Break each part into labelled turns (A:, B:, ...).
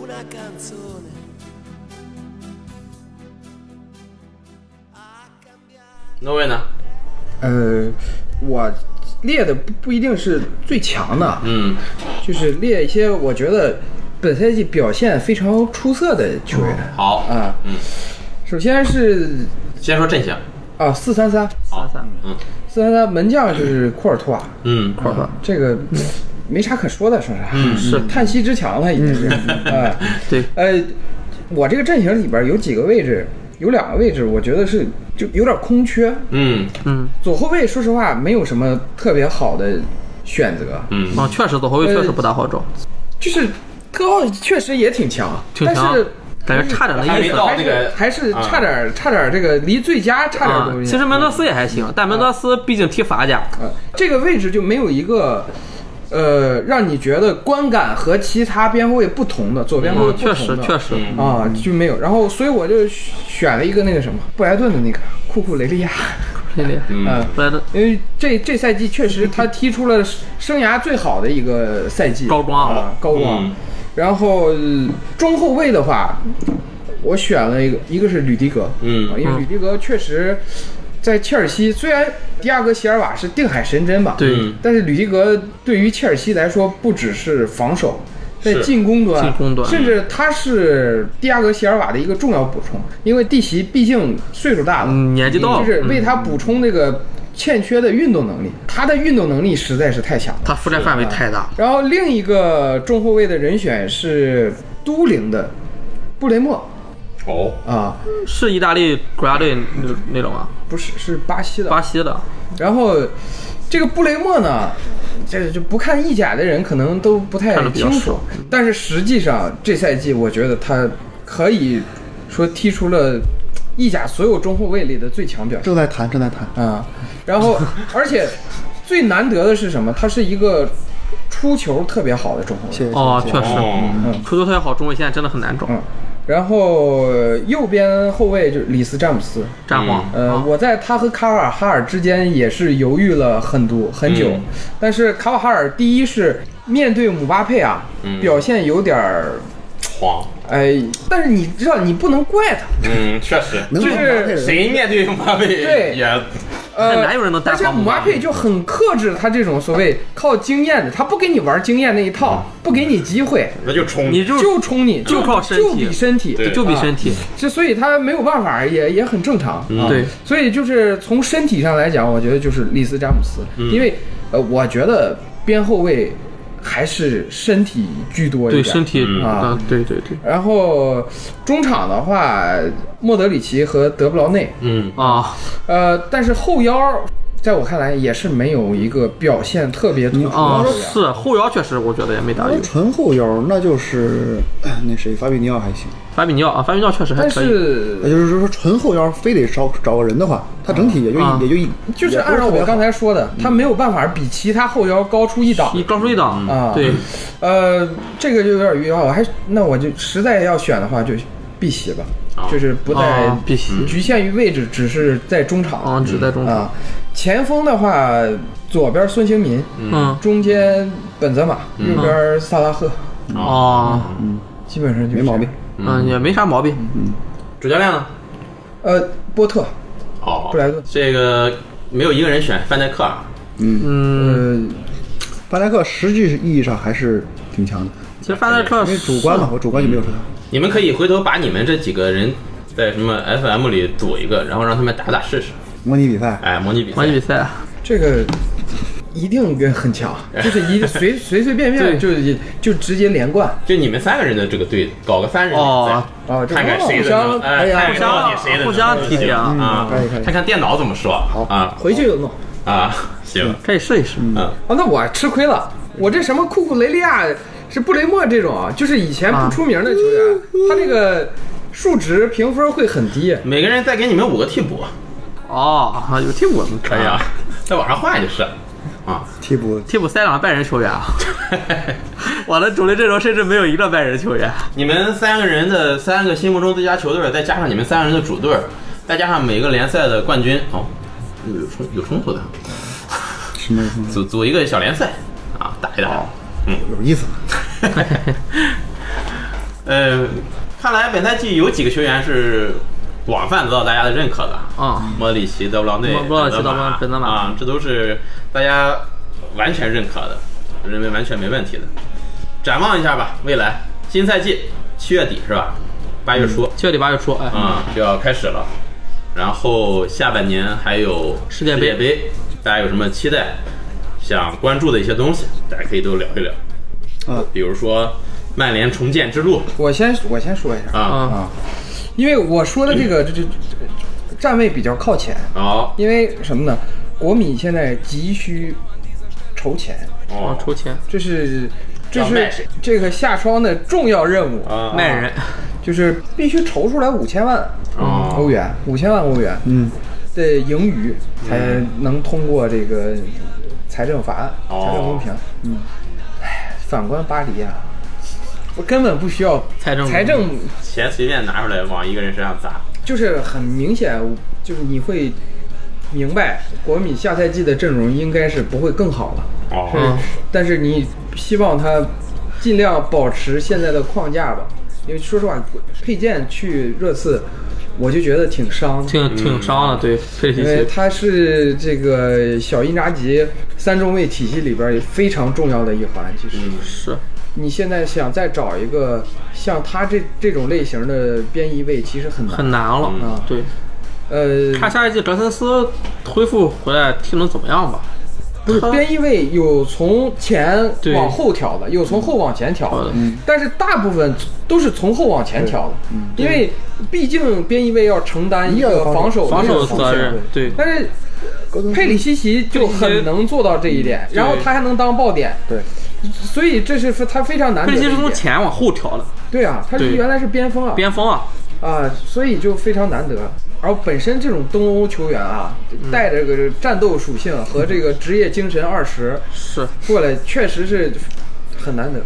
A: una canzone a cambiare
B: 那位呢？
C: 呃，我列的不不一定是最强的，
B: 嗯，
C: 就是列一些我觉得本赛季表现非常出色的球员
B: 好，
C: 啊。
B: 嗯，
C: 首先是
B: 先说阵型，
C: 啊，四三三，
B: 好，嗯
C: 四三三门将就是库尔图瓦，
B: 嗯，
C: 啊这个没啥可说的，说啥，嗯，
D: 是
C: 叹息之强了，已经是，啊，
D: 对，
C: 呃，我这个阵型里边有几个位置，有两个位置，我觉得是就有点空缺，
B: 嗯
D: 嗯，
C: 左后卫说实话没有什么特别好的选择，
B: 嗯
D: 啊，确实左后卫确实不大好找，
C: 就是特奥确实也挺强，啊
D: 挺
C: 但
D: 强
C: 是
D: 感觉差点
B: 还
D: 那
B: 没
D: 意思。
B: 到
C: 还
B: 那
C: 是、
B: 个
C: 还是
B: 啊
C: 差点、差点这个离最佳差点
D: 啊
C: 东，西。
D: 其实门德斯也还行，但门德斯毕竟踢法甲，
C: 呃，这个位置就没有一个。呃，让你觉得观感和其他边后卫不同的左边后卫
D: 嗯，
C: 不同
D: 确
C: 的，
D: 实确实，
B: 嗯
C: 啊就没有。然后，所以我就选了一个那个什么布莱顿的那个库库雷利亚，
D: 真厉害。
B: 嗯
C: 嗯，
D: 布莱顿
C: 因为这这赛季确实他踢出了生涯最好的一个赛季，
D: 高光啊
C: 啊，高光。
B: 嗯
C: 然后呃中后卫的话，我选了一个，一个是吕迪格，
B: 嗯
C: 啊因为吕迪格确实在切尔西，虽然迪亚哥席尔瓦是定海神针吧，
D: 对
B: 嗯
C: 但是吕迪格对于切尔西来说，不只是防守，在
B: 是
C: 进攻端，
D: 进攻端
C: 甚至他是迪亚哥席尔瓦的一个重要补充，因为蒂奇毕竟岁数大了，
D: 嗯年纪到了
C: 就是为他补充这个欠缺的运动能力，他的运动能力实在是太强了。
D: 他覆盖范围太大，
C: 然后另一个中后卫的人选是都灵的布雷默
B: 哦，
C: 啊，
D: 是意大利国家队那那种啊，
C: 不是是巴西的
D: 巴西的，
C: 然后这个布雷默呢，这就不看意甲的人可能都不太
D: 看得比较
C: 清楚
D: 少，
C: 但是实际上这赛季我觉得他可以说踢出了意甲所有中后卫里的最强表现
E: 正在谈，正在谈。
C: 啊、然后 而且最难得的是什么？他是一个出球特别好的中后
E: 谢
C: 卫，
E: 谢。
D: 哦，
E: 谢谢
D: 确实，
B: 哦，
D: 出球特别好，中卫现在真的很难找，
C: 嗯。然后呃右边后卫就是里斯詹姆斯，
D: 詹皇，
C: 呃，
D: 啊
C: 我在他和卡瓦哈尔之间也是犹豫了很多很久，
B: 嗯
C: 但是卡瓦哈尔第一是面对姆巴佩啊，
B: 嗯
C: 表现有点儿，
B: 黄，
C: 哎，但是你知道你不能怪他，
B: 嗯，确实，
E: 能
C: 就
E: 拿
C: 是
E: 搭配人
B: 谁面对姆巴佩
C: 对
B: 也，
C: 呃，
D: 哪有人能单
C: 而且
D: 防
C: 姆
D: 姆
C: 巴
D: 巴
C: 佩
D: 佩
C: 就很克制他这种所谓靠经验的，他不给你玩经验那一套，不给你机会，
B: 那就冲，
D: 你嗯就
C: 就冲你，
D: 就靠身体
C: 就比身体，
B: 对
D: 就比身体，
C: 这所以他没有办法，也也很正常。
B: 嗯
C: 啊
D: 对
C: 所以就是从身体上来讲，我觉得就是利斯詹姆斯，
D: 嗯
C: 因为呃，我觉得边后卫还是身体居多一
D: 对
C: 点。
D: 身。体
B: 嗯
D: 啊，对对对，
C: 然后中场的话，莫德里奇和德布劳内，
B: 嗯，
D: 啊，
C: 呃，但是后腰在我看来也是没有一个表现特别突出的
D: 啊
C: 球员，
D: 是后腰确实我觉得也没打
E: 那
D: 用，
E: 哎纯后腰，那就是哎那谁，法比尼奥还行。
D: 法比尼奥啊，法比尼奥确实还
C: 但
D: 可以，
C: 是
E: 也就是说，纯后腰非得找找个人的话，他整体也就
D: 啊
E: 一也就一，
C: 就是
E: 也不
C: 按照
E: 特别
C: 我
E: 好
C: 刚才说
D: 嗯
C: 的，他没有办法比其他后腰高出一档。
D: 你高出一档
C: 啊
D: 对，
C: 呃，这个就有点余话，我还那我就实在要选的话就碧玺吧，
B: 啊
C: 就是不嗯在
E: 哦
D: 啊碧玺
C: 局限于位置，只是在中场
D: 啊，只在中场，
C: 啊前锋的话，左边孙兴民，
D: 嗯，
C: 中间本泽马，
E: 嗯
C: 右边萨拉赫，
D: 啊，
C: 基本上就
E: 没毛病。。
D: 嗯，也没啥毛病，
B: 主教练呢？
C: 呃，波特，
B: 哦，
C: 布莱顿
B: 这个没有一个人选范戴克啊，
C: 呃，
E: 范戴克实际意义上还是挺强的，
D: 其实范戴克
E: 因为主观嘛，我主观就没有说他。
B: 你们可以回头把你们这几个人在什么 FM 里组一个，然后让他们打打试试，
E: 模拟比赛，
B: 哎，模拟比赛，
D: 玩比赛，
C: 这个。一定跟很强，就是一随随随便便
D: 对
C: 就就直接连冠
B: 就你们三个人的这个队，搞个三人
D: 哦
B: 比
C: 啊！这
B: 赛，看看谁
C: 互
B: 的能，
C: 相
B: 哎，看看到底谁的能
D: 互相体谅
B: 嗯啊
E: 可以可，以
B: 看看电脑怎么说，好啊
C: 回去就弄。
B: 啊，行，
D: 可以试一试，
B: 嗯，
C: 哦，那我吃亏了，我这什么库库雷利亚是布雷默这种啊，就是以前不出名的球员，他这个数值评分会很低。
B: 每个人再给你们五个替补，
D: 哦，啊有替补
B: 可以啊， 在网上换就是，啊，
E: 替补
D: 替补塞两个拜仁球员 啊！我的主力阵容甚至没有一个拜仁球员。
B: 你们三个人的三个心目中最佳球队，再加上你们三个人的主队，再加上每个联赛的冠军，哦，有冲有冲突的，
E: 什么什么
B: 组组一个哦小联赛啊，打一打。
E: 有意思。
B: 呃，看来本赛季有几个球员是广泛得到大家的认可的，
D: 啊、
B: 莫里奇、德布劳内、
D: 莫莫里奇德布劳内
B: 本
D: 本
B: 泽马
D: 泽马
B: 啊，这都是大家完全认可的，认为完全没问题的。展望一下吧，未来新赛季七月底是吧？八月初
D: 七月底八月初，哎，
B: 啊、就要开始了。然后下半年还有
D: 世界杯
B: 杯，大家有什么期待？想关注的一些东西，大家可以都聊一聊。
E: 嗯
B: 比如说曼联重建之路
C: 我先我先说一下，
B: 啊，
D: 啊，
E: 啊，
C: 因为我说的这个这这这这站位比较靠前，
B: 好、
C: 因为什么呢？国米现在急需筹钱，
D: 哦
B: 哦，，
D: 抽签
C: 这是这
B: 要卖
C: 是
B: 谁
C: 这个夏窗的重要任务，
B: 啊，
D: 卖人，
C: 就是必须筹出来五千万
B: 哦
C: 欧元，五千万欧元
E: 嗯，
C: 的盈余才能通过这个财政法案、
B: 哦
C: 财政公平。嗯，哎，反观巴黎啊，我根本不需要
D: 财政
C: 财政
B: 钱随便拿出来往一个人身上砸，
C: 就是很明显，就是你会明白国米下赛季的阵容应该是不会更好了，
B: 哦，
D: 嗯
C: 但是你希望他尽量保持现在的框架吧，因为说实话，佩剑去热刺，我就觉得挺伤，
D: 挺
B: 嗯
D: 挺伤的，对，佩里
C: 因为
D: 西奇，
C: 他是这个小伊扎吉三中卫体系里边非常重要的一环，其实。
D: 是，
C: 你现在想再找一个像他这这种类型的边翼位，其实很难。
D: 很难了，
C: 嗯
D: 对，
C: 呃，
D: 看下一季格森斯恢复回来踢能怎么样吧？
C: 不是
D: 他
C: 边翼位有从前
D: 对嗯
C: 往后调的，有从后往前调
D: 好
C: 的
D: 的，
C: 但是大部分都是从后往前调的，因为毕竟边翼位要承嗯担一个防守
D: 防守
C: 的
D: 责任，对，
C: 但是佩里西奇就很能做到这一点，
D: 对
C: 然后他还能当爆点，
E: 对，
C: 所以这是他非常难
D: 佩
C: 得
D: 里
C: 的
D: 西
C: 一
D: 奇是从
C: 点。
D: 前往后调的，
C: 对啊，他是
D: 对
C: 原来是边锋啊，
D: 边锋啊，
C: 啊，所以就非常难得。而本身这种东欧球员啊，
D: 嗯
C: 带着个战斗属性和这个职业精神二十
D: 是
C: 过来，确实是很难得。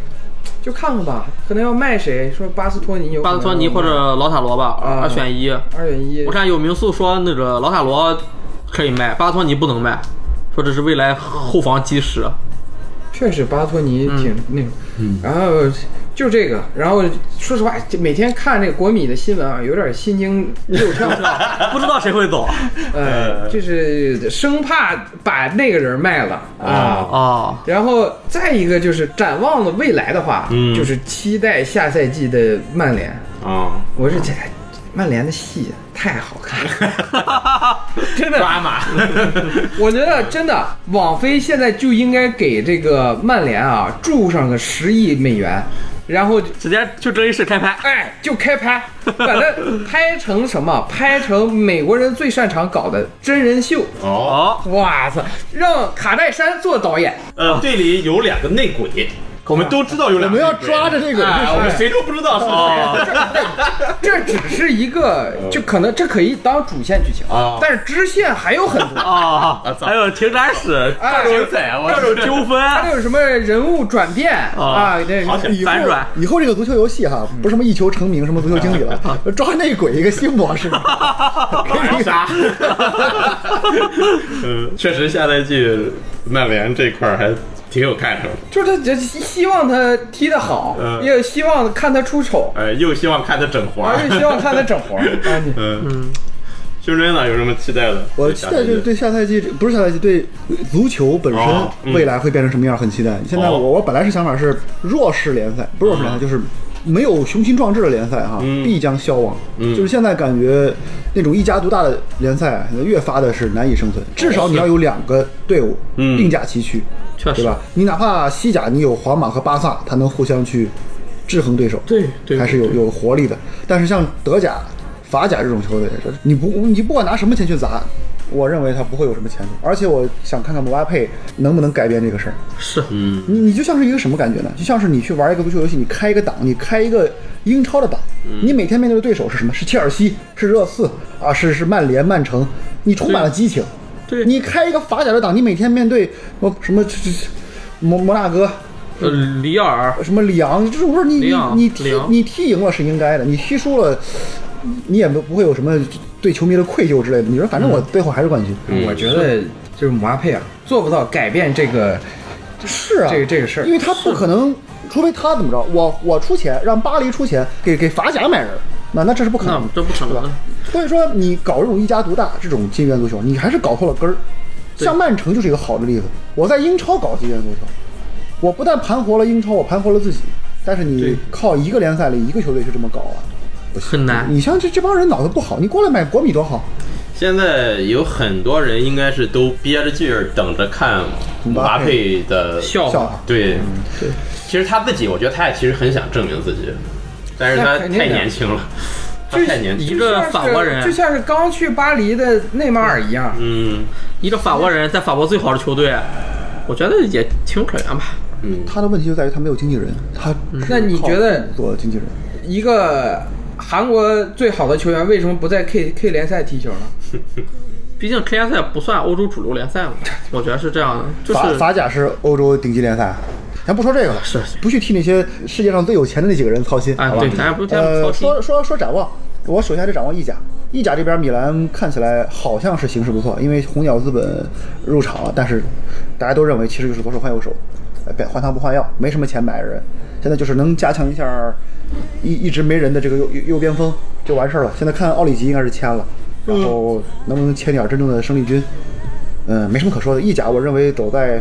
C: 就看看吧，可能要卖谁？说巴斯托尼有可
D: 巴
C: 能
D: 斯托尼或者老塔罗吧，
C: 啊
D: 二选一。
C: 二选一
D: 我，看有民宿说那个老塔罗可以卖，巴斯托尼不能卖，说这是未来后防基石。
C: 确实巴斯托
D: 嗯
C: 尼挺那种。然后就这个，然后说实话，这每天看这个国米的新闻啊，有点心惊肉 跳。
D: 不知道谁会走
C: 呃，就是生怕把那个人卖了啊。
D: 啊？
C: 然后再一个就是展望了未来的话，
B: 嗯
C: 就是期待下赛季的曼联。
B: 啊，
C: 我是觉得曼联的戏太好看了， 真的，
B: 抓马，
C: 我觉得真的，网飞现在就应该给这个曼联啊注上个十亿美元，然后
D: 直接去更衣室开拍。
C: 哎就开 拍，把它拍成什么？拍成美国人最擅长搞的真人秀。
B: 哦，
D: 哦，
C: 哇塞，让卡戴珊做导演，
B: 呃，队里有两个内鬼，我们都知道有
E: 我
B: 两
E: 们
B: 个内鬼，
E: 要抓着这个，
B: 哎，我们谁都不知道是谁。
C: 这只是一个，就可能这可以当主线剧情
B: 啊
C: 但是支线还有很多。
D: 啊，还有停战史
C: 哎
B: 这种仔，我
D: 各种纠
C: 还
D: 纷，
C: 有什么人物转变啊？这
B: 好险
E: 以后
D: 反转
E: 以后这个足球游戏哈，不是什么一球成名，什么足球经理 了，抓内鬼一个新模式。
B: 玩啥？嗯，确实下赛季曼联这块儿还挺有看头，
C: 就是他这希望他踢得好，
B: 嗯
C: 也希望看他出丑，
B: 呃，又希望看他整活
C: 啊，
B: 儿，
C: 又希望看他整活儿。啊，你
B: 嗯，胸针呢有什么期待的？
E: 我
B: 对
E: 期
B: 下
E: 待
B: 赛季
E: 就是对下赛季，不是下赛季，对足球本
B: 哦嗯
E: 身未来会变成什么样，很期待。现在
B: 哦
E: 我我本来是想法是弱势联赛，不是弱势联赛，就是没有雄心壮志的联赛哈，
B: 嗯
E: 必将消亡。
B: 嗯
E: 就是现在感觉那种一家独大的联赛啊越发的是难以生存，至少你要有两个队伍
B: 嗯
E: 并驾齐驱，
D: 确实
E: 对吧？你哪怕西甲你有皇马和巴萨，它能互相去制衡对手，
D: 对对
E: 还是有有活力的。但是像德甲、法甲这种球队，你不你不管拿什么钱去砸，我认为他不会有什么前途。而且我想看看姆巴佩能不能改变这个事儿。
D: 是
B: 嗯
E: 你你就像是一个什么感觉呢？就像是你去玩一个足球游戏，你开一个档，你开一个英超的档，你每天面对的对手是什么？是切尔西，是热刺啊，是是曼联、曼城，你充满了激情。
D: 对
E: 你开一个法甲的档，你每天面对我什么这这这摩摩纳哥，
D: 呃里尔
E: 什么里昂这种事儿，你
D: 里
E: 你
D: 昂
E: 你踢
D: 里昂
E: 你踢赢了是应该的，你踢输了，你也不不会有什么对球迷的愧疚之类的。你说
C: 嗯
E: 反正我最后还是冠军，
C: 我觉得就是姆巴佩啊，做不到改变这个
E: 是啊，
C: 这个这个事儿
E: 因为他不可能除非他怎么着，我我出钱让巴黎出钱给给法甲买人，那那这是不可能
D: 那
E: 的，
D: 这不可能
E: 对吧
D: 的？
E: 所以说你搞这种一家独大这种金元足球，你还是搞错了根儿。像曼城就是一个好的例子，我在英超搞金元足球，我不但盘活了英超，我盘活了自己。但是你靠一个联赛里一个球队去这么搞啊，不行
D: 很难
E: 你像这这帮人脑子不好，你过来买国米多好，
B: 现在有很多人应该是都憋着劲儿等着看姆巴佩的
D: 笑
E: 笑啊
D: 话。
E: 话。
B: 嗯对，其实他自己，我觉得他也其实很想证明自己，但是他
C: 那肯定的
B: 太年轻了，他太年
D: 一
B: 轻了，
D: 个法国人
C: 就像是刚去巴黎的内马尔一样，
B: 嗯
D: 一个法国人在法国最好的球队，我觉得也情有可原吧。
B: 嗯，
E: 他的问题就在于他没有经纪人，他只
C: 那你
E: 靠
C: 觉得
E: 自己做经纪人？
C: 一个韩国最好的球员为什么不在 K K 联赛踢球呢？
D: 毕竟 K 联赛不算欧洲主流联赛嘛，我觉得是这样的，就
E: 法
D: 是
E: 法甲是欧洲顶级联赛，咱不说这个了，
D: 是
E: 不去替那些世界上最有钱的那几个人操心，
D: 哎
E: 好吧？
D: 对咱也不咱也不操
E: 呃，
D: 心
E: 说说说展望，我首先还是展望意甲。意甲这边，米兰看起来好像是形势不错，因为红鸟资本入场了，但是大家都认为其实就是左手换右手，呃别换汤不换药，没什么钱买人。现在就是能加强一下一一直没人的这个右右右边锋就完事儿了。现在看奥里吉应该是签了，然
D: 嗯
E: 后能不能签点真正的生力军？嗯，没什么可说的。意甲我认为走在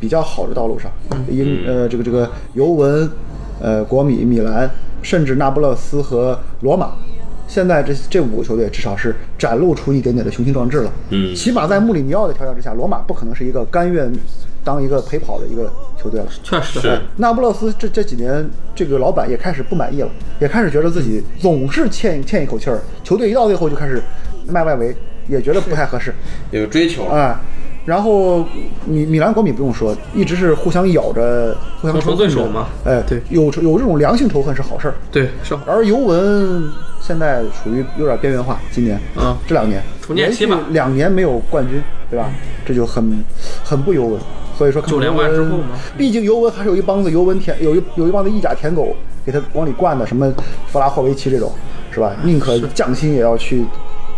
E: 比较好的道路上，
D: 嗯
E: 英呃这个这个尤文、呃国米、米兰，甚至那不勒斯和罗马，现在这这五个球队至少是展露出一点点的雄心壮志了。
B: 嗯
E: 起码在穆里尼奥的调教之下，罗马不可能是一个甘愿当一个陪跑的一个球队了。
D: 确实
B: 是
E: 那不勒斯这这几年，这个老板也开始不满意了，也开始觉得自己总是欠欠一口气儿。球队一到最后就开始卖外围，也觉得不太合适。
B: 有追求，啊
E: 哎，然后米米兰、国米不用说，一直是互相咬着，互
D: 同
E: 相仇
D: 城
E: 恨
D: 对
E: 着
D: 手嘛
E: 哎，
D: 对
E: 有仇有这种良性仇恨是好事儿。
D: 对是好
E: 而尤文现在属于有点边缘化，今年，
D: 嗯
E: 这两年，
D: 重建期吧
E: 连续两年没有冠军，对吧？这就很很不尤文。所以说，
D: 九连冠之后嘛，
E: 毕竟尤文还是有一帮子尤文舔，有一有一帮子意甲舔狗给他往里灌的，什么弗拉霍维奇这种，是吧？宁可降薪也要去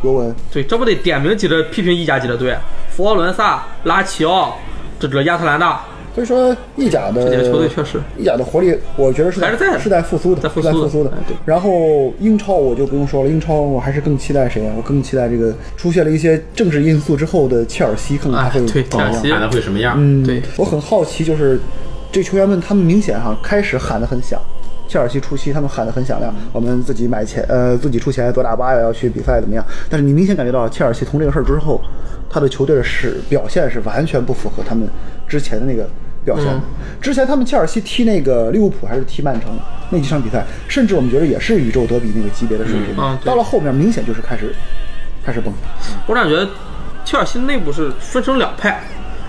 E: 尤文。
D: 对，这不得点名几个批评意甲几个队，佛罗伦萨、拉齐奥，这个亚特兰大，
E: 所以说意甲的
D: 这几个
C: 呃
D: 球队确实
E: 意甲的活力，我觉得是
D: 还是在的
E: 是在复苏的，
D: 在复苏
E: 是
D: 的
E: 在复苏的
D: 哎对。
E: 然后英超我就不用说了，英超我还是更期待谁啊？我更期待这个出现了一些政治因素之后的切尔西，看看他
D: 哎
E: 会
D: 对
E: 怎
D: 切
E: 么
D: 尔
E: 样
D: 西。
B: 看他会什么样。
E: 嗯，
D: 对
E: 我很好奇，就是这球员们他们明显哈、开始喊得很响。切尔西初期他们喊得很响亮，我们自己买钱，呃，自己出钱多大巴呀，要去比赛怎么样？但是你明显感觉到切尔西从这个事儿之后，他的球队的是表现是完全不符合他们之前的那个表现。
D: 嗯
E: 之前他们切尔西踢那个利物浦还是踢曼城那几场比赛，甚至我们觉得也是宇宙德比那个级别的水平。
D: 嗯啊对
E: 到了后面明显就是开始开始崩。
D: 我感觉切尔西内部是分成两派，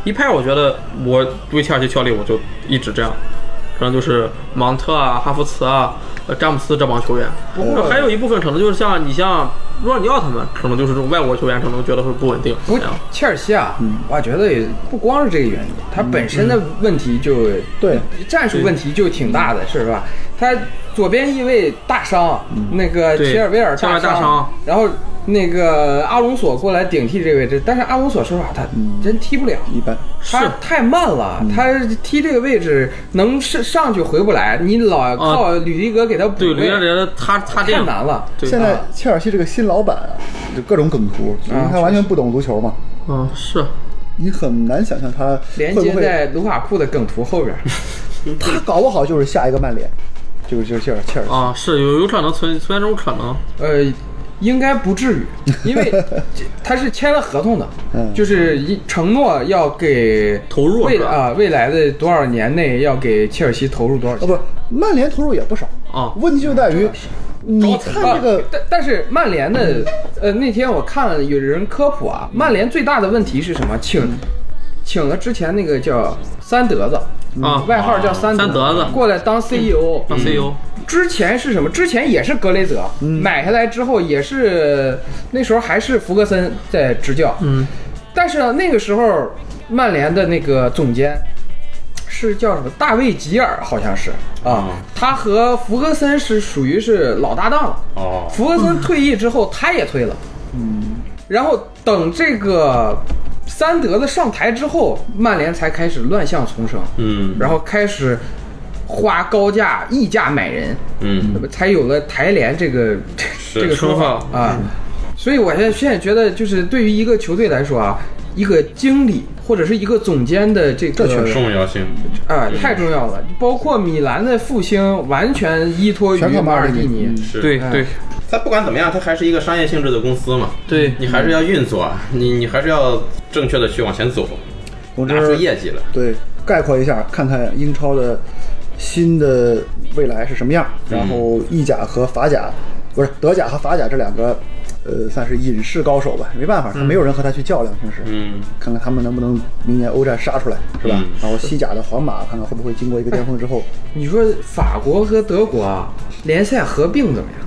D: 一派我觉得我为切尔西效力，我就一直这样，可能就是芒特啊、哈弗茨啊、呃詹姆斯这帮球员。那还有一部分可能就是像你像若尔尼奥他们，可能就是这种外国球员，可能觉得会不稳定。
C: 不
D: 这样，
C: 切尔西啊，我觉得也不光是这个原因，他本身的问题就
E: 对
C: 战术问题就挺大的，是吧？他左边翼卫大伤，那个
D: 嗯对
C: 切尔维尔
D: 切尔维尔大
C: 伤
D: 伤，
C: 然后那个阿隆索过来顶替这个位置，但是阿隆索说实话，他真踢不了。
E: 一般，
C: 他
D: 嗯是嗯
C: 太慢了，他踢这个位置能上上去回不来，你老靠吕迪格给他补
D: 啊
C: 位，
D: 对，刘彦霖他他
C: 太
D: 这样，
C: 难了。
D: 对，
E: 现在
C: 啊
E: 切尔西这个新老板啊，就各种梗图，因为他完全不懂足球嘛，
D: 嗯是，
E: 你很难想象他
C: 连
E: 会
C: 接
E: 不会，
C: 在卢卡库的梗图后边，
E: 他搞不好就是下一个曼联，就是就是切尔切尔西。
D: 啊是有有可能存存在这种可能，
C: 呃，应该不至 于，因为这他是签了合同的，
E: 嗯
C: 就是一承诺要给
D: 投入
C: 未
D: 是吧
C: 啊、未来的多少年内要给切尔西投入多少
E: 哦
C: 钱。
E: 不，曼联投入也不少
D: 啊
E: 问题就在于，你
C: 啊
E: 看这个
C: 但但是曼联的，呃，那天我看了有人科普啊，曼联最大的问题是什么？请，请了之前那个叫三德子，
D: 啊
C: 外号叫三
D: 三德子嗯
C: 过来当 CEO，
D: 当 E CEO
C: 嗯之前是什么？之前也是格雷泽、
E: 嗯
C: 买下来之后，也是那时候还是福格森在执教。
D: 嗯，
C: 但是呢，那个时候曼联的那个总监是叫什么大卫吉尔，好像是啊、
B: 嗯
C: 他和福格森是属于是老搭档了。
B: 哦，
C: 福格森退役之后，他也退了。嗯，然后等这个三德子上台之后，曼联才开始乱象丛生。
B: 嗯，
C: 然后开始花高价溢价买人，
B: 嗯，
C: 那么才有了台联这个 这个说法
D: 说
C: 啊。所以我现在现在觉得，就是对于一个球队来说啊，一个经理或者是一个总监的这个
E: 这确实
B: 重要性，
C: 啊，太重要了。包括米兰的复兴，完全依托于
E: 全靠
C: 马
E: 马
C: 尔
E: 尔
C: 蒂
E: 蒂
C: 尼嗯
E: 尼。
B: 是
D: 对对
B: 它不管怎么样，它还是一个商业性质的公司嘛，
D: 对，
B: 你还是要运作，啊你你还是要正确的去往前走，
E: 总
B: 拿出
E: 之，
B: 业绩来。
E: 对，概括一下，看看英超的新的未来是什么样。然后意甲和法甲，不是德甲和法甲这两个，呃，算是隐士高手吧。没办法，他没有人和他去较量，平时。
B: 嗯，
E: 看看他们能不能明年欧战杀出来，是吧？
B: 嗯
E: 然后西甲的皇马，看看会不会经过一个巅峰之后，
C: 你说法国和德国啊，联赛合并怎么样？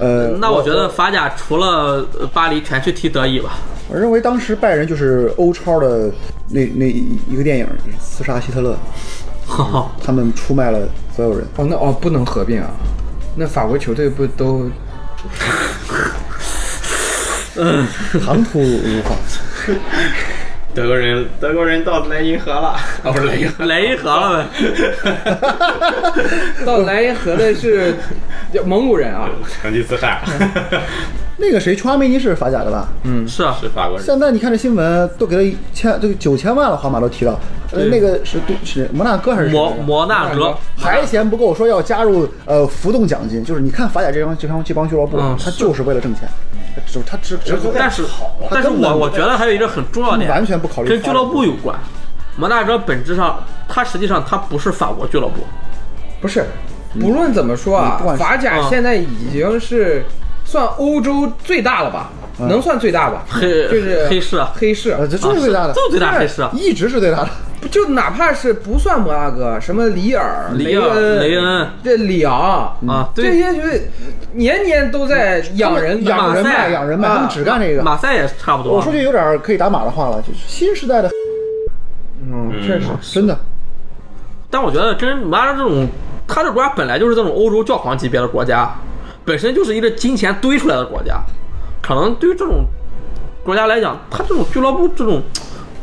E: 呃，
D: 那我觉得法甲除了呃巴黎，全去踢德乙吧。
E: 我认为当时拜仁就是欧超的那那一个电影《刺杀希特勒》，
D: 哈哈，
E: 他们出卖了所有人。
C: 哦，那哦不能合并啊，那法国球队不都
E: 唐突如化，
B: 德国人，德国人到莱茵河了， 哦，不是莱茵河，
D: 来一盒了呗。
C: 到莱茵河的 是蒙古人啊？
B: 成吉思汗，
E: 那个谁，琼阿梅尼是法甲的吧？嗯。
D: 是啊，
B: 是法国人。
E: 现在你看这新闻，都给了一千，这个九千万了，皇马都提到，呃，那个是都是摩纳哥还是谁
D: 摩
E: 来着
D: 摩纳哥，
E: 还嫌不够，说要加入呃浮动奖金，就是你看法甲这帮这帮这帮俱乐部
D: 嗯，
E: 他
D: 是
E: 就是为了挣钱，他只他只只
D: 但是但是
E: 啊根本
D: 我我觉得还有一个很重要的点，
E: 完全不考虑
D: 跟
E: 法
D: 俱乐部有关。摩纳哥本质上，它实际上它不是法国俱乐部，
C: 不是，不论怎么说
E: 嗯
C: 啊
E: 不，管是
C: 法甲
D: 嗯
C: 现在已经是算欧洲最大了吧？能算最大吧？
D: 黑
C: 就是
D: 黑市啊
C: 黑市
E: 嗯呃，这就是最大的，
D: 就最大黑市啊。
E: 一直是最大的。
C: 就哪怕是不算摩纳哥，什么里尔、
D: 里尔
C: 恩、
D: 雷恩
C: 这里昂
D: 啊
C: 这
D: 对
C: 些球队年年都在养人啊的
E: 养
D: 马
E: 人
D: 赛啊
E: 脉，养人脉，他们只干这个。
D: 马赛也差不多。啊
E: 啊我说句有点可以打马的话了，就是新时代的，
C: 嗯，确实。
E: 真的，
D: 但我觉得跟马拉这种，他这国家本来就是这种欧洲教皇级别的国家，本身就是一个金钱堆出来的国家，可能对于这种国家来讲，他这种俱乐部这种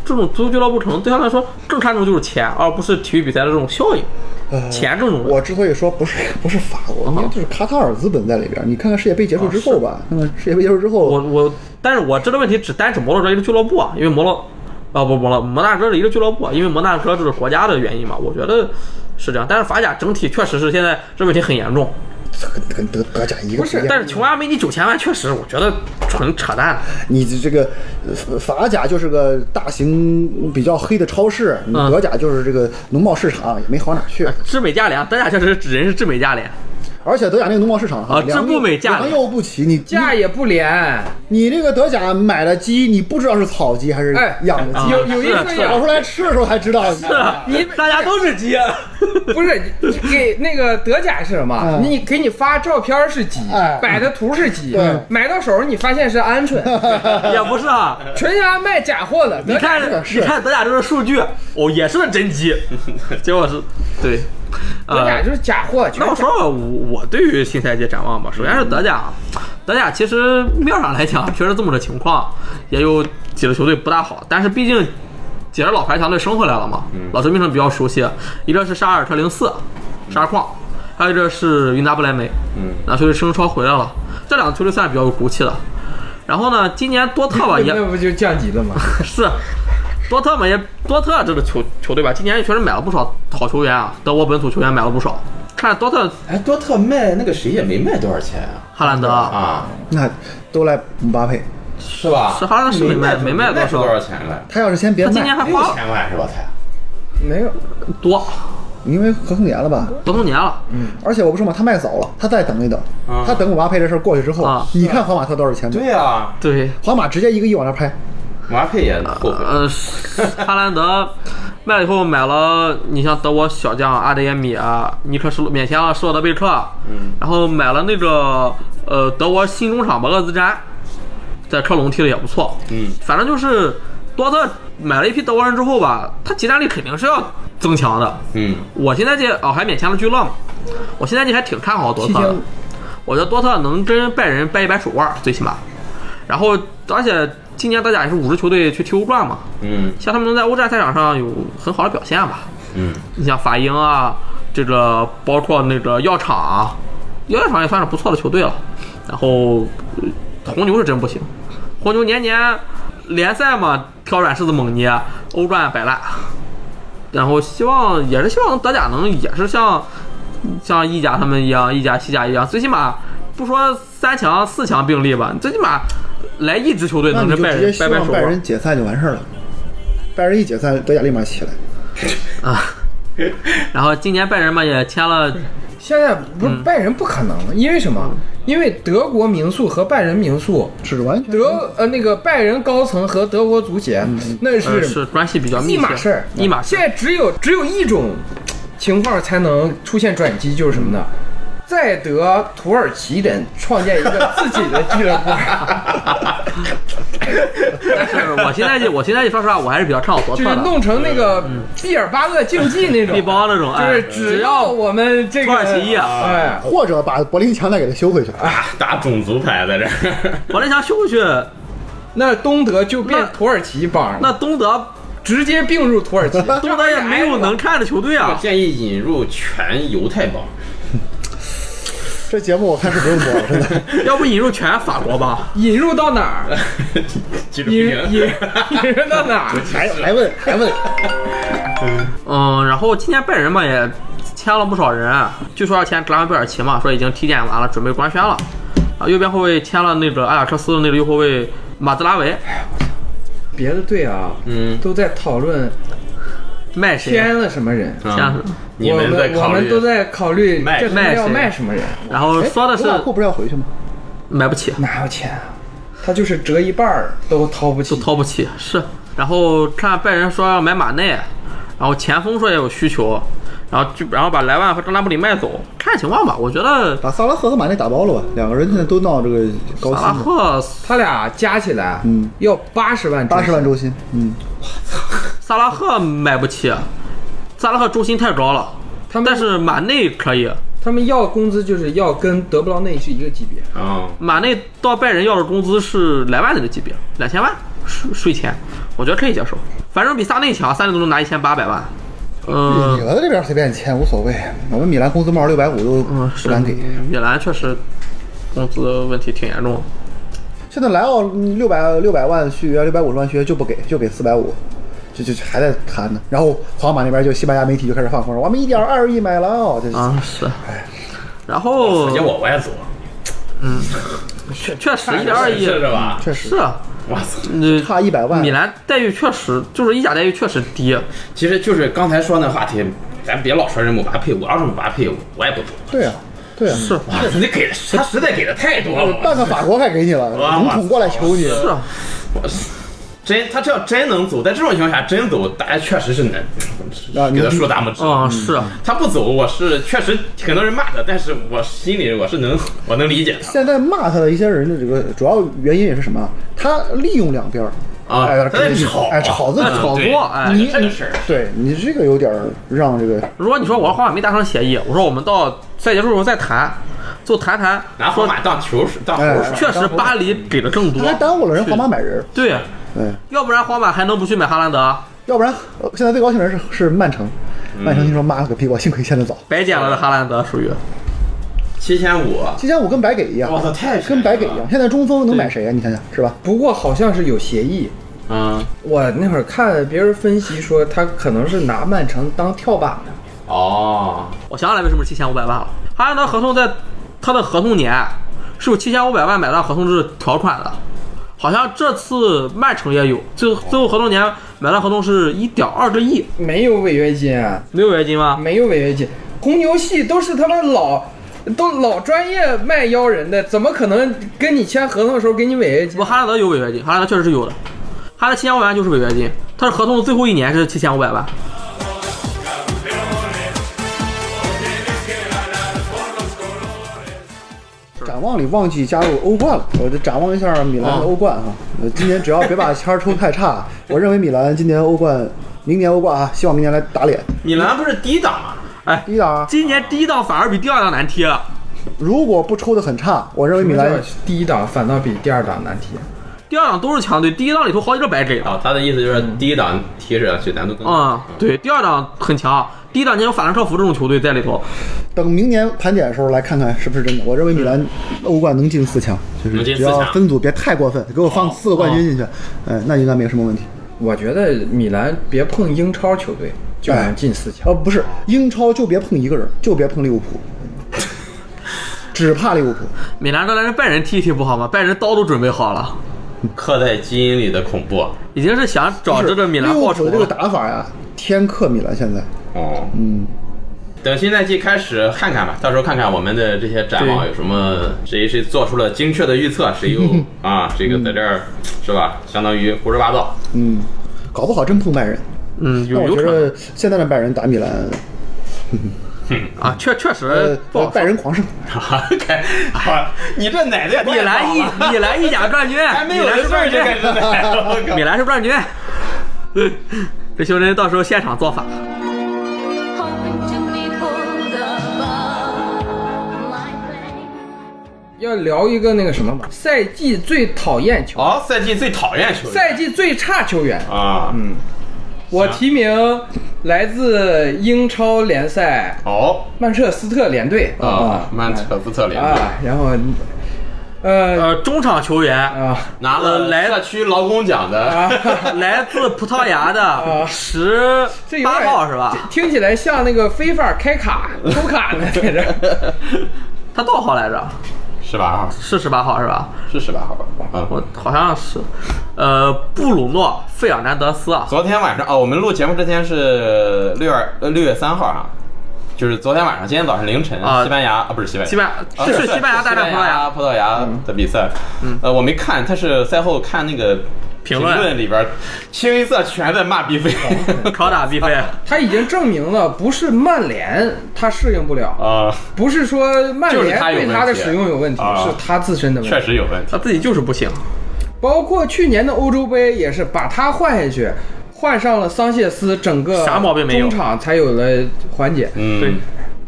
D: 这种足球俱乐部，可能对他来说更看重就是钱，而不是体育比赛的这种效应。
E: 呃
D: 钱这种
E: 我之所以说不是不是法国，因为这是卡塔尔资本在里边。你看看世界杯结束之后吧，看看世界杯结束之
D: 哦我
E: 后，
D: 我，但是我这个问题只单指摩洛哥一个俱乐部啊，因为摩洛，啊不摩洛摩纳哥的一个俱乐部啊，因为摩纳哥这个国家的原因嘛，我觉得是这样。但是法甲整体确实是现在这问题很严重，
E: 跟跟德德甲一个
C: 不是
E: 一样
D: 但是琼阿梅尼九千万确实我觉得纯扯淡。
E: 你这这个呃法甲就是个大型比较黑的超市，你
D: 嗯哎
E: 德甲就是这个农贸市场，也没好哪去。
D: 至美价廉，德甲确实是人是至美价廉，
E: 而且德甲那个农贸市场哈
D: 啊，这不美价
E: 良莠不齐，你
C: 价也不廉，
E: 你这个德甲买了鸡，你不知道是草鸡还是
C: 哎
E: 养的鸡，
C: 有有一
D: 是
C: 说
D: 是啊
C: 一啊
E: 烤出来吃的时候才知道。
D: 你大家都是鸡，
C: 不是你你给那个德甲是什么？
E: 嗯
C: 你给你发照片是鸡
E: 哎，
C: 摆的图是鸡
E: 对，
C: 买到手你发现是鹌 鹑，
D: 也不是啊。
C: 全家卖假货的。德
D: 你
C: 甲
D: 看，
E: 是
D: 你看德甲这个数据，哦，也是真鸡，结果是，对，
C: 德
D: 呃
C: 甲就是假货，全
D: 那我
C: 假
D: 说说我我对于新赛季展望吧，首先是德甲，啊德甲其实面上来讲确实这么个情况，也有几支球队不大好，但是毕竟几支老牌强队升回来了嘛，老球迷可能比较熟悉，一个是沙尔特零四，沙矿，还有一个是云达不莱梅，
B: 嗯，
D: 那球队升超回来了，这两个球队算是比较有骨气的。然后呢，今年多特 吧也
C: 那不就降级了吗？
D: 是，多特嘛也多特这个球球队吧，今年也确实买了不少好球员啊，德国本土球员买了不少。看多特
B: 哎，多特卖那个谁也没卖多少钱啊，
D: 哈兰德
B: 啊，
E: 那都来姆巴佩，
B: 是吧？
D: 是哈兰德是没卖
B: 没
D: 没卖多
B: 卖
D: 少
B: 出多少钱来，
E: 他要是先别
D: 他今年
E: 卖，
D: 还
B: 六
D: 花了
B: 千万是吧？才
C: 没有，
D: 多
E: 因为合同年了吧？
D: 多少年了，
E: 而且我不说嘛，他卖早了，他再等一等
B: 啊，
E: 他等姆巴佩这事儿过去之后
D: 啊，
E: 你看皇马他多少钱买？
B: 对啊，
D: 对，
E: 皇马直接一个亿往那拍，
B: 马佩也后悔。
D: 呃， 哈兰德卖了以后买了，你像德国小将阿德耶米啊，尼克施洛免签了施罗德贝克，嗯，然后买了那个呃德国新中场吧厄兹詹，在克隆踢的也不错，
B: 嗯，
D: 反正就是多特买了一批德国人之后吧，他集战力肯定是要增强的，
B: 嗯，
D: 我现在这哦还免签了巨浪，我现在这还挺看好多特
E: 七
D: 的
E: 星，
D: 我觉得多特能跟拜仁掰一掰手腕儿，最起码。然后而且今年德甲也是五支球队去踢欧冠嘛，
B: 嗯
D: 像他们能在欧战赛场上有很好的表现吧。
B: 嗯，
D: 你像法英啊，这个包括那个药厂啊，药厂也算是不错的球队了。然后呃红牛是真不行，红牛年年联赛嘛挑软柿子猛捏，欧冠摆烂。然后希望也是希望德甲能也是像像意甲他们一样，意甲、西甲一样，最起码不说三强、四强并列吧，最起码来一支球队
E: 那
D: 能
E: 你就
D: 跟拜
E: 直接
D: 仁
E: 希
D: 掰掰
E: 望
D: 手
E: 拜
D: 腕
E: 仁解散就完事儿了。拜仁一解散，德甲立马起来。
D: 啊。然后今年拜仁嘛也签了，
C: 现在不是
D: 嗯
C: 拜仁不可能，因为什么？因为德国民宿和拜仁民宿，
E: 是完全
C: 德呃那个拜仁高层和德国足协、那
D: 呃，
C: 是
D: 是关系比较密切，
C: 一码事儿，
D: 一码事
C: 现
D: 儿。
C: 在只有只有一种情况才能出现转机，就是什么呢？在德土耳其人创建一个自己的俱 乐部，
D: 但是我现在就我现在就说实话，我还是比较唱好左
C: 就
D: 侧
C: 是
D: 的。
C: 弄成那个毕尔巴鄂竞技 那种，
D: 一帮嗯那种
C: 就
D: 哎
C: 是只要我们这个
D: 土耳其啊
C: 哎，
E: 或者把柏林墙再给它修回去。
B: 啊打种族牌在这儿，
D: 我那想修回去，
C: 那东德就变
D: 那
C: 土耳其帮，
D: 那东德
C: 直接并入土耳 其，
D: 东德也没有能看的球队
B: 我
D: 啊。
B: 建议引入全犹太帮。
E: 这节目我看是不用播了，真的。
C: 哎
D: 要不引入全法国吧？
C: 引入到哪 儿？
B: 记住
C: 引
B: 不
C: 引
B: 行
C: 引入到哪 儿？
E: 还还问还问，
D: 嗯，然后今年拜仁嘛也签了不少人，据说要签格兰贝尔奇嘛，说已经体检完了，准备官宣了。啊，右边后卫签了那个阿贾克斯的那个右后卫马兹拉维，
C: 别的队啊，
B: 嗯
C: 都在讨论
D: 卖谁？
C: 签了什么人。
D: 样
B: 啊
D: 子，
B: 你们在
C: 我
B: 考
C: 们
B: 虑
C: 都在考虑
B: 卖啊
C: 这
D: 卖
C: 卖要
D: 谁
C: 卖什么人，
D: 然后
E: 哎
D: 说的是
E: 卢卡库不是要回去吗？
D: 买不起，
C: 哪有钱啊？他就是折一半儿都掏不
D: 就
C: 起。
D: 掏不起。是，然后看拜仁说要买马内，然后前锋说也有需求，然后就然后把莱万和张达布里卖走，看情况吧。我觉得
E: 把萨拉赫和马内打包了吧，两个人现在都闹这个高
D: 萨拉
E: 薪，
D: 赫
C: 他俩加起来，
E: 嗯，
C: 要八十万，
E: 八十万。周薪，嗯，
D: 萨拉赫买不起，萨拉赫周薪太高了，
C: 他们
D: 但是马内可以。
C: 他们要工资就是要跟德布劳内是一个级别，
B: 啊，
D: 马内到拜仁要的工资是莱万那个级别，两千万税税前，我觉得可以接受，反正比萨内强，萨内都能拿一千八百万。
E: 米
D: 嗯，
E: 兰这边随便签无所谓，我们米兰工资帽六百五都
D: 嗯
E: 不敢给。
D: 米兰确实工资问题挺严重的。
E: 现在莱奥嗯六百六百万续约，六百五十万续约就不给，就给四百五，就就就还在谈呢。然后皇马那边就西班牙媒体就开始放风了，我们一点二亿买莱奥，这
D: 啊，是。然后
B: 而且我我也做，
D: 确确实一点二亿
B: 哎是吧？
E: 确实
D: 是啊，
B: 我操！
D: 嗯
E: 差一百万
D: 米。兰待遇确实就是意甲待遇确实低，
B: 其实就是刚才说那话题，咱别老说人姆巴佩，我要是姆巴佩，我也不做。
E: 对啊，对啊，
D: 是
B: 哇，你给的他实在给的太多了，
E: 半个法国快给你了，
B: 哇
E: 总统过来求你。
D: 是啊，
B: 我是真，他这要真能走，在这种情况下真走，大家确实是能给他竖大拇指。嗯
D: 啊是啊，
B: 他不走，我是确实很多人骂他，但是我心里我是
D: 嗯
B: 能我能理解
E: 现在骂他的一些人的这个主要原因也是什么？他利用两边儿
B: 他啊
E: 哎，，
B: 他在啊吵，
E: 哎，吵自己。
D: 吵
B: 嗯对
D: 作哎
B: 你这个事儿，
E: 对你这个有点儿让这个
D: 如果你说我和皇马没达成协议，我说我们到赛季结束的时候再谈，就谈谈，
B: 拿皇马当球使，当猴使
E: 哎，
D: 确实巴黎给的更多
E: 他，还耽误了人皇马买人，
D: 对，
E: 对，
D: 要不然皇马还能不去买哈兰德？
E: 要不然呃现在最高兴的人是是曼城，曼城
B: 嗯
E: 听说妈了个逼，我幸亏签的早，
D: 白捡了的哈兰德属于
B: 七千五，
E: 七千五跟白给一样，
B: 我操，太
E: 跟白给一样。现在中锋能买
D: 对
E: 谁啊呀、你想想是吧？
C: 不过好像是有协议。
B: 嗯，
C: 我那会儿看别人分析说，他可能是拿曼城当跳板的。
B: 哦，
D: 我想起来为什么七千五百万了。哈兰德合同在他的合同年是有七千五百万买断合同制条款的，好像这次曼城也有，最后最后合同年买断合同是一点二个亿，
C: 没有违约金啊，
D: 没有违约金吗？
C: 没有违约金。红牛系都是他妈老，都老专业卖妖人的，怎么可能跟你签合同的时候给你违约金
D: 不，？哈兰德有违约金，哈兰德确实是有的，哈兰德七千五百万就是违约金，他是合同最后一年是七千五百万。
E: 展望里忘记加入欧冠了，我就展望一下米兰的欧冠哈、呃今年只要别把签儿抽太差，我认为米兰今年欧冠，明年欧冠啊，希望明年来打脸。
B: 米兰不是低档吗？
D: 哎，
E: 第一档啊，
D: 今年第一档反而比第二档难踢了。
E: 如果不抽的很差，我认为米兰
C: 第一档反倒比第二档难踢。
D: 第二档都是强队，第一档里头好几个白给的
B: 啊，他的意思就是第一档提示去难度更高
D: 啊、对，第二档很强，第一档你有法兰克福这种球队在里头，
E: 等明年盘点的时候来看看是不是真的。我认为米兰欧冠能进四强，就
B: 能
E: 是
B: 进
E: 只
B: 四强
E: 要分组别太过分，给我放四个冠军进去，哎，那应该没有什么问题。
C: 我觉得米兰别碰英超球队就能进四强。
E: 呃，不是，英超就别碰一个人，就别碰利物浦，只怕利物浦。
D: 米兰再来人拜仁踢一踢不好吗？拜仁刀都准备好了，
B: 刻在基因里的恐怖。
D: 已经是想找
E: 就是
D: 这个米兰
E: 利
D: 报
E: 物浦
D: 仇
E: 的这个
D: 了。
E: 打法呀，天克米兰现在。
B: 哦，嗯，等新赛季开始看看吧，到时候看看我们的这些展望
D: 对
B: 有什么，谁是做出了精确的预测，谁又啊，这个在这儿是吧？相当于胡说八道。
E: 嗯，搞不好真碰拜仁。
D: 嗯，
E: 但
D: 有
E: 我
D: 有
E: 觉
D: 可能
E: 得现在的拜仁打米兰，
D: 啊，确确
E: 呃
D: 实不，好
E: 拜
D: 说。
E: 仁狂胜。
B: 哈哈，你这奶子也
D: 米兰一米兰一甲冠军，
B: 还没有
D: 米兰
B: 人
D: 是冠
B: 就
D: 军，
B: 开始奶了，我靠
D: 米！兰是冠军。 这熊人到时候现场做法。
F: hoping to be pulled above my plane.
C: 要聊一个那个什么吧，赛季最讨厌球，
B: 哦，赛季最讨厌球员
C: 赛季最差球员。
B: 啊，嗯，
C: 我提名来自英超联赛
B: 哦
C: 曼彻斯特联队
B: 啊，曼彻斯特联队
C: 啊，然后，呃
D: 呃，中场球员
C: 啊，
B: 拿了
D: 呃来
B: 社区劳工奖的
C: 啊
D: 来自葡萄牙
E: 啊
D: 的十
C: 这有
D: 八
C: 点
D: 号是吧？
C: 听起来像那个非法开卡抽卡呢，在 这儿。
D: 他多少号来着？
B: 十八号，
D: 是十八号是吧？
B: 是十八号吧？啊，
D: 我好像是，呃，布鲁诺·费尔南德斯啊，
B: 昨天晚上哦，我们录节目之前是六月呃六月三号啊，就是昨天晚上，今天早上凌晨，
D: 啊
B: 西班牙啊不是西班牙，
D: 西班
B: 啊
D: 牙是西班牙大战葡萄牙，
B: 葡萄牙嗯的比赛，呃我没看，但是赛后看那个
D: 评论
B: 论里边，清一色全在骂比分
D: 拷打必费。
C: 他已经证明了，不是曼联他适应不了，
B: 啊，
C: 不是说曼
B: 就是
C: 联
B: 他有
C: 对
B: 问
C: 他的
B: 题
C: 使用有问题，
B: 啊
C: 是他自身的问题
B: 确。实有问题
D: 他自己就是不行，
C: 包括去年的欧洲杯也是把他换下去，换上了桑切斯，整个
D: 啥毛病没
C: 中
D: 有
C: 场才有了缓解。
B: 嗯，
D: 对，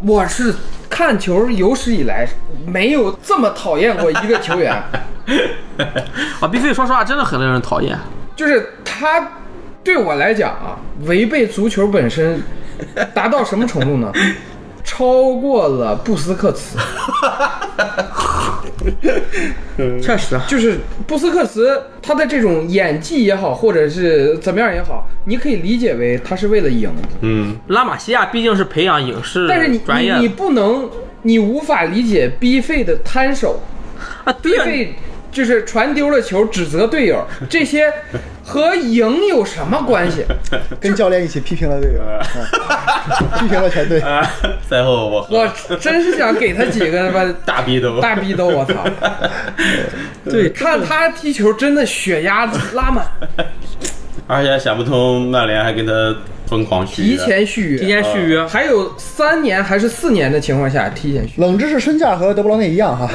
C: 我是看球有史以来没有这么讨厌过一个 球员，
D: 啊，必费说实话真的很令人讨厌。
C: 就是他对我来讲啊，违背足球本身，达到什么程 度呢？超过了布斯克茨，
D: 确实啊，
C: 就是布斯克茨，他的这种演技也好，或者是怎么样也好，你可以理解为他是为了赢。
B: 嗯，
D: 拉玛西亚毕竟是培养影视
C: 但是你
D: 专业
C: 你你
D: 的
C: 不能，你无法理解 B 费的摊手
D: 啊，
C: ，B
D: 对呀、
C: 费就是传丢了球指责队友，这些和赢有什么关系？
E: 跟教练一起批评了队友，
D: 呃
E: 嗯批评了全队。
B: 啊，赛后我
C: 我真是想给他几个他妈
B: 大逼都
C: 大逼兜，我操！对，看他踢球真的血压拉满，
B: 而且想不通曼联还跟他疯狂续约
C: 提前续
D: 提
C: 约，
D: 前续约，
C: 还有三年还是四年的情况下提前续约。
E: 冷知识身价和德布劳内一样哈，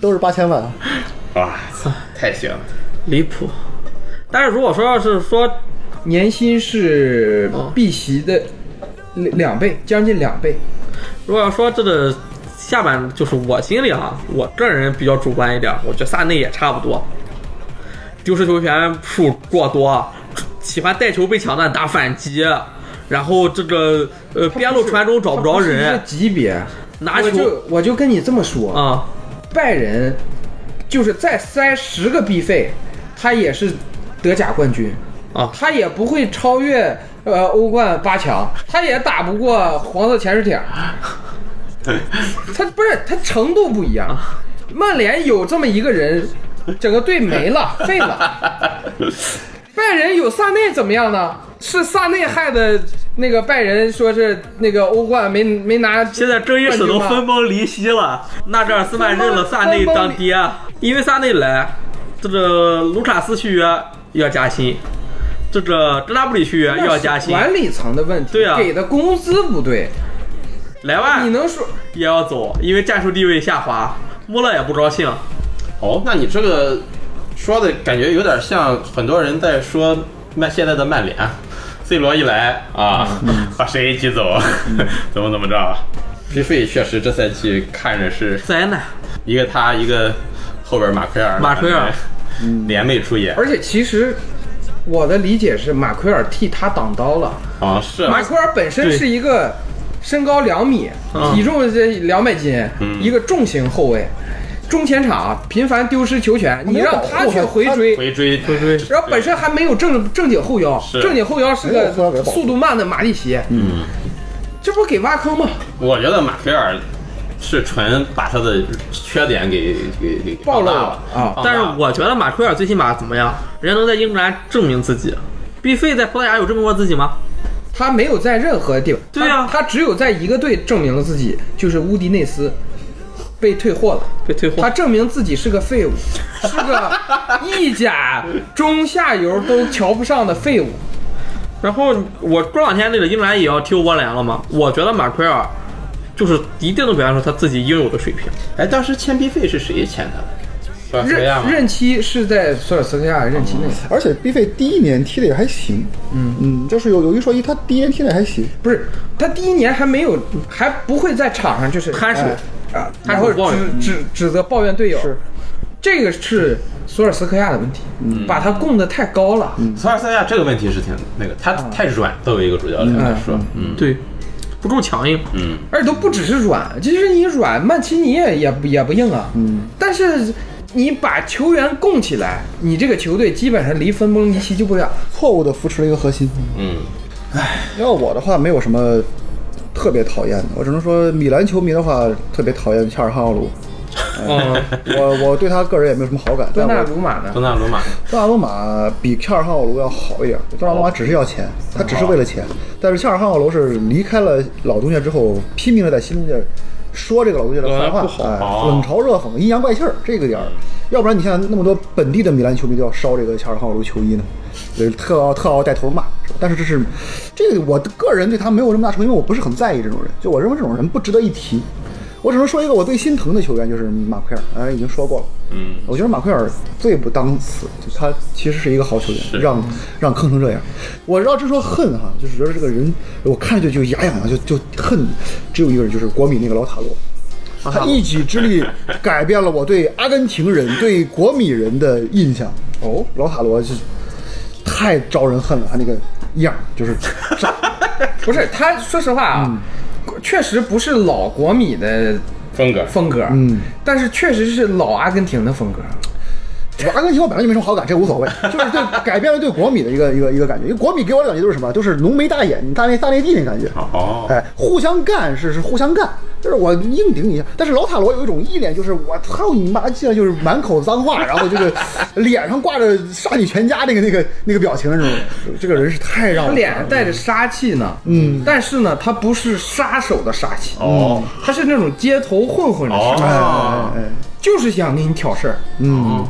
E: 都是八千万啊。
B: 哇塞，太行了，
D: 离谱。但是如果说要是说
C: 年薪是
D: 哦
C: 碧玺的两两倍，将近两倍。
D: 如果要说这个下半，就是我心里啊，我个人比较主观一点，我觉得萨内也差不多，丢失球权数过多，喜欢带球被抢断打反击，然后这个呃边路传中找不着
C: 他不是
D: 人
C: 一个级别，
D: 拿
C: 我
D: 球
C: 就我就跟你这么说，
D: 啊、
C: 拜仁就是再塞十个必费，他也是德甲冠军
D: 啊
C: 他也不会超越呃欧冠八强，他也打不过黄色潜水艇，他不是他程度不一样，
D: 啊
C: 曼联有这么一个人，整个队没 了废了，拜仁有萨内怎么样呢？是萨内害的那个拜仁，说是那个欧冠没没拿，
D: 现在更衣室都分崩离析了，纳扎尔斯曼认了萨内当爹，啊因为萨内来，这个卢卡斯续约要加薪，这个格拉布里续约
C: 那
D: 要
C: 是
D: 加薪，
C: 管理层的问题，
D: 对啊啊
C: 给的工资不对，
D: 莱万
C: 你能说
D: 也要走，因为战术地位下滑，穆勒也不高兴。
B: 哦，那你这个说的感觉有点像很多人在说曼现在的曼联，C 罗一来啊，
C: 嗯
B: 把谁挤走， 怎么怎么着。皮费确实这赛季看着是
D: 灾难，
B: 一个他一个后边马奎尔，
D: 马奎尔
B: 对联袂出野
C: 嗯而且其实我的理解是，马奎尔替他挡刀了。
B: 啊，是啊
C: 马奎尔本身
D: 呃对嗯
C: 是一个身高两米、体重这两百斤、一个重型后卫，中前场频繁丢失球权，你
E: 没有
C: 让
E: 保
C: 他
E: 护
C: 去
E: 他
C: 回
E: 他
C: 追。
B: 回追回追
C: 然后本身还没有正正经后腰，
B: 是
C: 正经后腰是
E: 没有后腰给
C: 个
E: 保护
C: 速度慢的马蒂奇，嗯，这不是给挖坑吗？
B: 我觉得马奎尔是纯把他的缺点给给给给
C: 暴露
B: 大
C: 了啊
B: 放大
D: 但
B: 了
D: 是我觉得马奎尔最起码怎么样，人家能在英格兰证明自己。毕费在葡萄牙有证明过自己吗？
C: 他没有在任何地方，
D: 对呀
C: 他他只有在一个队证明了自己，就是乌迪内斯被退货了。
D: 被退货
C: 他。证明自己是个废物，是个意甲中下游都瞧不上的 废物。
D: 然后我过两天那个英格兰也要踢欧国联了嘛，我觉得马奎尔就是一定能表现出他自己应有的水平。
B: 哎，当时签 B 费是谁签他的？啊索尔斯克
C: 任
D: 啊
B: 亚吗？
C: 任期是在索尔斯克亚任期内，
D: 哦
E: 而且 B 费第一年踢的也还行，嗯嗯，就是有有一说一，他第一年踢的还行，
C: 不是他第一年还没有，还不会在场上就是
D: 看守，
C: 啊，
D: 他
C: 然后
D: 是抱怨
C: 指指指责抱怨队友，是这个是索尔斯克亚的问题，
D: 嗯
C: 把他供得太高了。
B: 索尔斯克亚这个问题是挺那个，他
E: 嗯
B: 太软，作为一个主教练来说，嗯
D: 对，不够强硬。
B: 嗯，
C: 而且都不只是软，其实你软，曼奇尼也也不也不硬啊。嗯，但是你把球员供起来，你这个球队基本上离分崩离析就不远。
E: 错误的扶持了一个核心。
B: 嗯，
E: 要我的话，没有什么特别讨厌的，我只能说米兰球迷的话，特别讨厌恰尔汗奥卢。哎
D: 嗯，
E: 我我对他个人也没有什么好感，
C: 多
E: 但
C: 纳
E: 我
C: 鲁马呢
B: 多？纳鲁马
E: 多纳鲁马比恰尔汗奥卢要好一点。多纳鲁马只是要钱，他只是为了钱。但是恰尔汗奥卢是离开了老东家之后，拼命的在新东家说这个老东家的坏
D: 呃
E: 话
D: 不，好
E: 哎，
B: 哦
E: 冷嘲热讽、阴阳怪气儿，这个点儿。要不然你像那么多本地的米兰球迷都要烧这个恰尔汗奥卢球衣呢，所以特奥特奥带头骂。是吧但是这是这个我个人对他没有这么大仇，因为我不是很在意这种人，就我认为这种人不值得一提。我只能说一个我最心疼的球员就是马奎尔，哎，已经说过了。
B: 嗯，
E: 我觉得马奎尔罪不当死，就他其实是一个好球员，让让坑成这样。我要之说恨哈、就是觉得这个人，我看着就牙痒痒，就就恨。只有一个人，就是国米那个老塔罗，他一己之力改变了我对阿根廷人、对国米人的印象。哦，老塔罗是太招人恨了，他那个样儿就是
C: 不是他，说实话啊，确实不是老国米的
B: 风格，
C: 风格，嗯，但是确实是老阿根廷的风格。
E: 我阿根廷我本来就没什么好感，这无所谓，就是对改变了对国米的一个一个一个感觉。因为国米给我的感觉就是什么，就是浓眉大眼、大内大内地那感觉。
B: 哦
E: 哎，互相干是是互相干，就是我硬顶你一下。但是老塔罗有一种一脸就是我操你妈，进来就是满口脏话，然后这个 脸上挂着杀你全家那个那个那个表情那种，这个人是太让
C: 他
E: 我
C: 脸上带着杀气呢，嗯，但是呢，他不是杀手的杀气，
B: 哦
C: 他是那种街头混混的杀气，
B: 哦，
E: 哎，
C: 就是想给你挑事儿，
E: 嗯，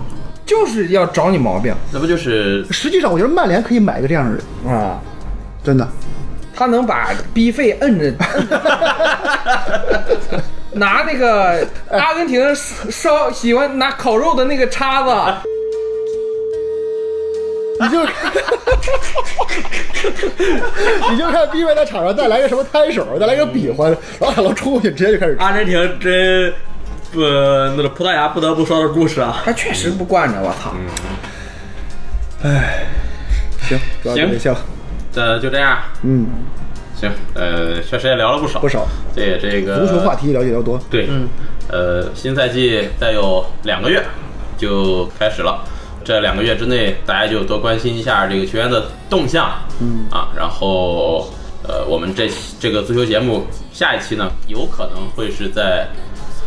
C: 就是要找你毛病
B: 那不就是
E: 实际上我觉得曼联可以买一个这样的人，
C: 啊。
E: 真的。
C: 他能把逼费摁着，拿那个阿根廷烧喜欢拿烤肉的那个叉子，
E: 你就 你就看 B 位在场上再来个什么摊手，再来个比划，然后海龙冲过去直接就开始
D: 阿根廷真，呃，那个葡萄牙不得不说的故事啊。
C: 他确实不惯着我操。
E: 行，主要就这
B: 行
E: 些了，
B: 呃就这样？
E: 嗯，
B: 行，呃，确实也聊了不少
E: 不少
B: 对这个
E: 足球话题了解要多，
B: 对，
C: 嗯
B: 呃，新赛季再有两个月就开始了。这两个月之内，大家就多关心一下这个球员的动向，嗯啊，然后呃，我们这期这个足球节目下一期呢，有可能会是在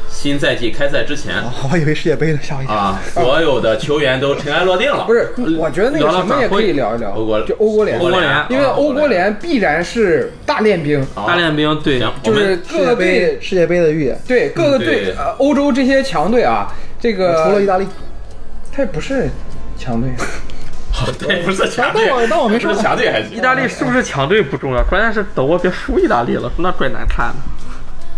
B: 新赛季开赛之前
E: 啊，
C: 哦
E: 我还以为世界杯呢，吓我一跳。
B: 啊，所有的球员都尘埃落定了。呃
C: 不是，我觉得那个什么也可以聊一聊，
B: 欧国
C: 就欧国联，
B: 欧国
D: 联
C: 因为欧国联必然是大练兵，
B: 好
D: 大练兵对
B: 啊行，我们
C: 就是
E: 世
C: 各
E: 界
C: 个
E: 杯，
C: 队
E: 世界杯的预演，
C: 对各个队
B: 对，
C: 呃欧洲这些强队啊，这个
E: 除了意大利，
C: 他也不是强队，
B: 对，不是强
E: 当我
B: 队，
E: 当我没
B: 不
E: 说
B: 是，强队还行
D: 意。大利是不是强队不重要，关键是德国别输意大利了，那怪难看的。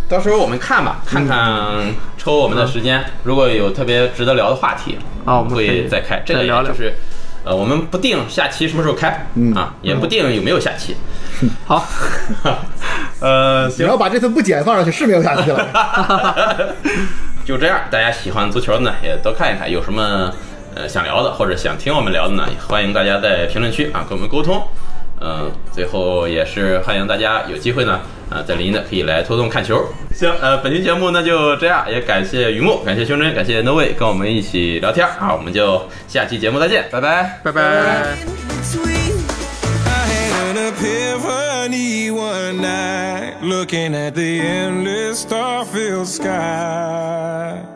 B: 到时候我们看
D: 嗯
B: 吧，看看抽我们的时间，如果有特别值得聊的话题
D: 啊我们可以
B: 会再开。这个
D: 再聊嗯聊
B: 就是，呃，我们不定下期什么时候开，啊，也不定有没有下 期。
D: 好，
B: 呃，
E: 你要把这次不剪放上去是没有下期了。
B: 就这样，大家喜欢足球呢也多看一看，有什么呃想聊的或者想听我们聊的呢，也欢迎大家在评论区啊跟我们沟通。嗯，最后也是欢迎大家有机会呢，啊、在临沂的可以来抽动看球。行，呃，本期节目那就这样，也感谢榆木，感谢胸针，感谢 No Way 跟我们一起聊天啊，我们就下期节目再见，拜拜。
D: 拜拜。
A: between. I had an epiphany one night, looking at the endless starfield sky.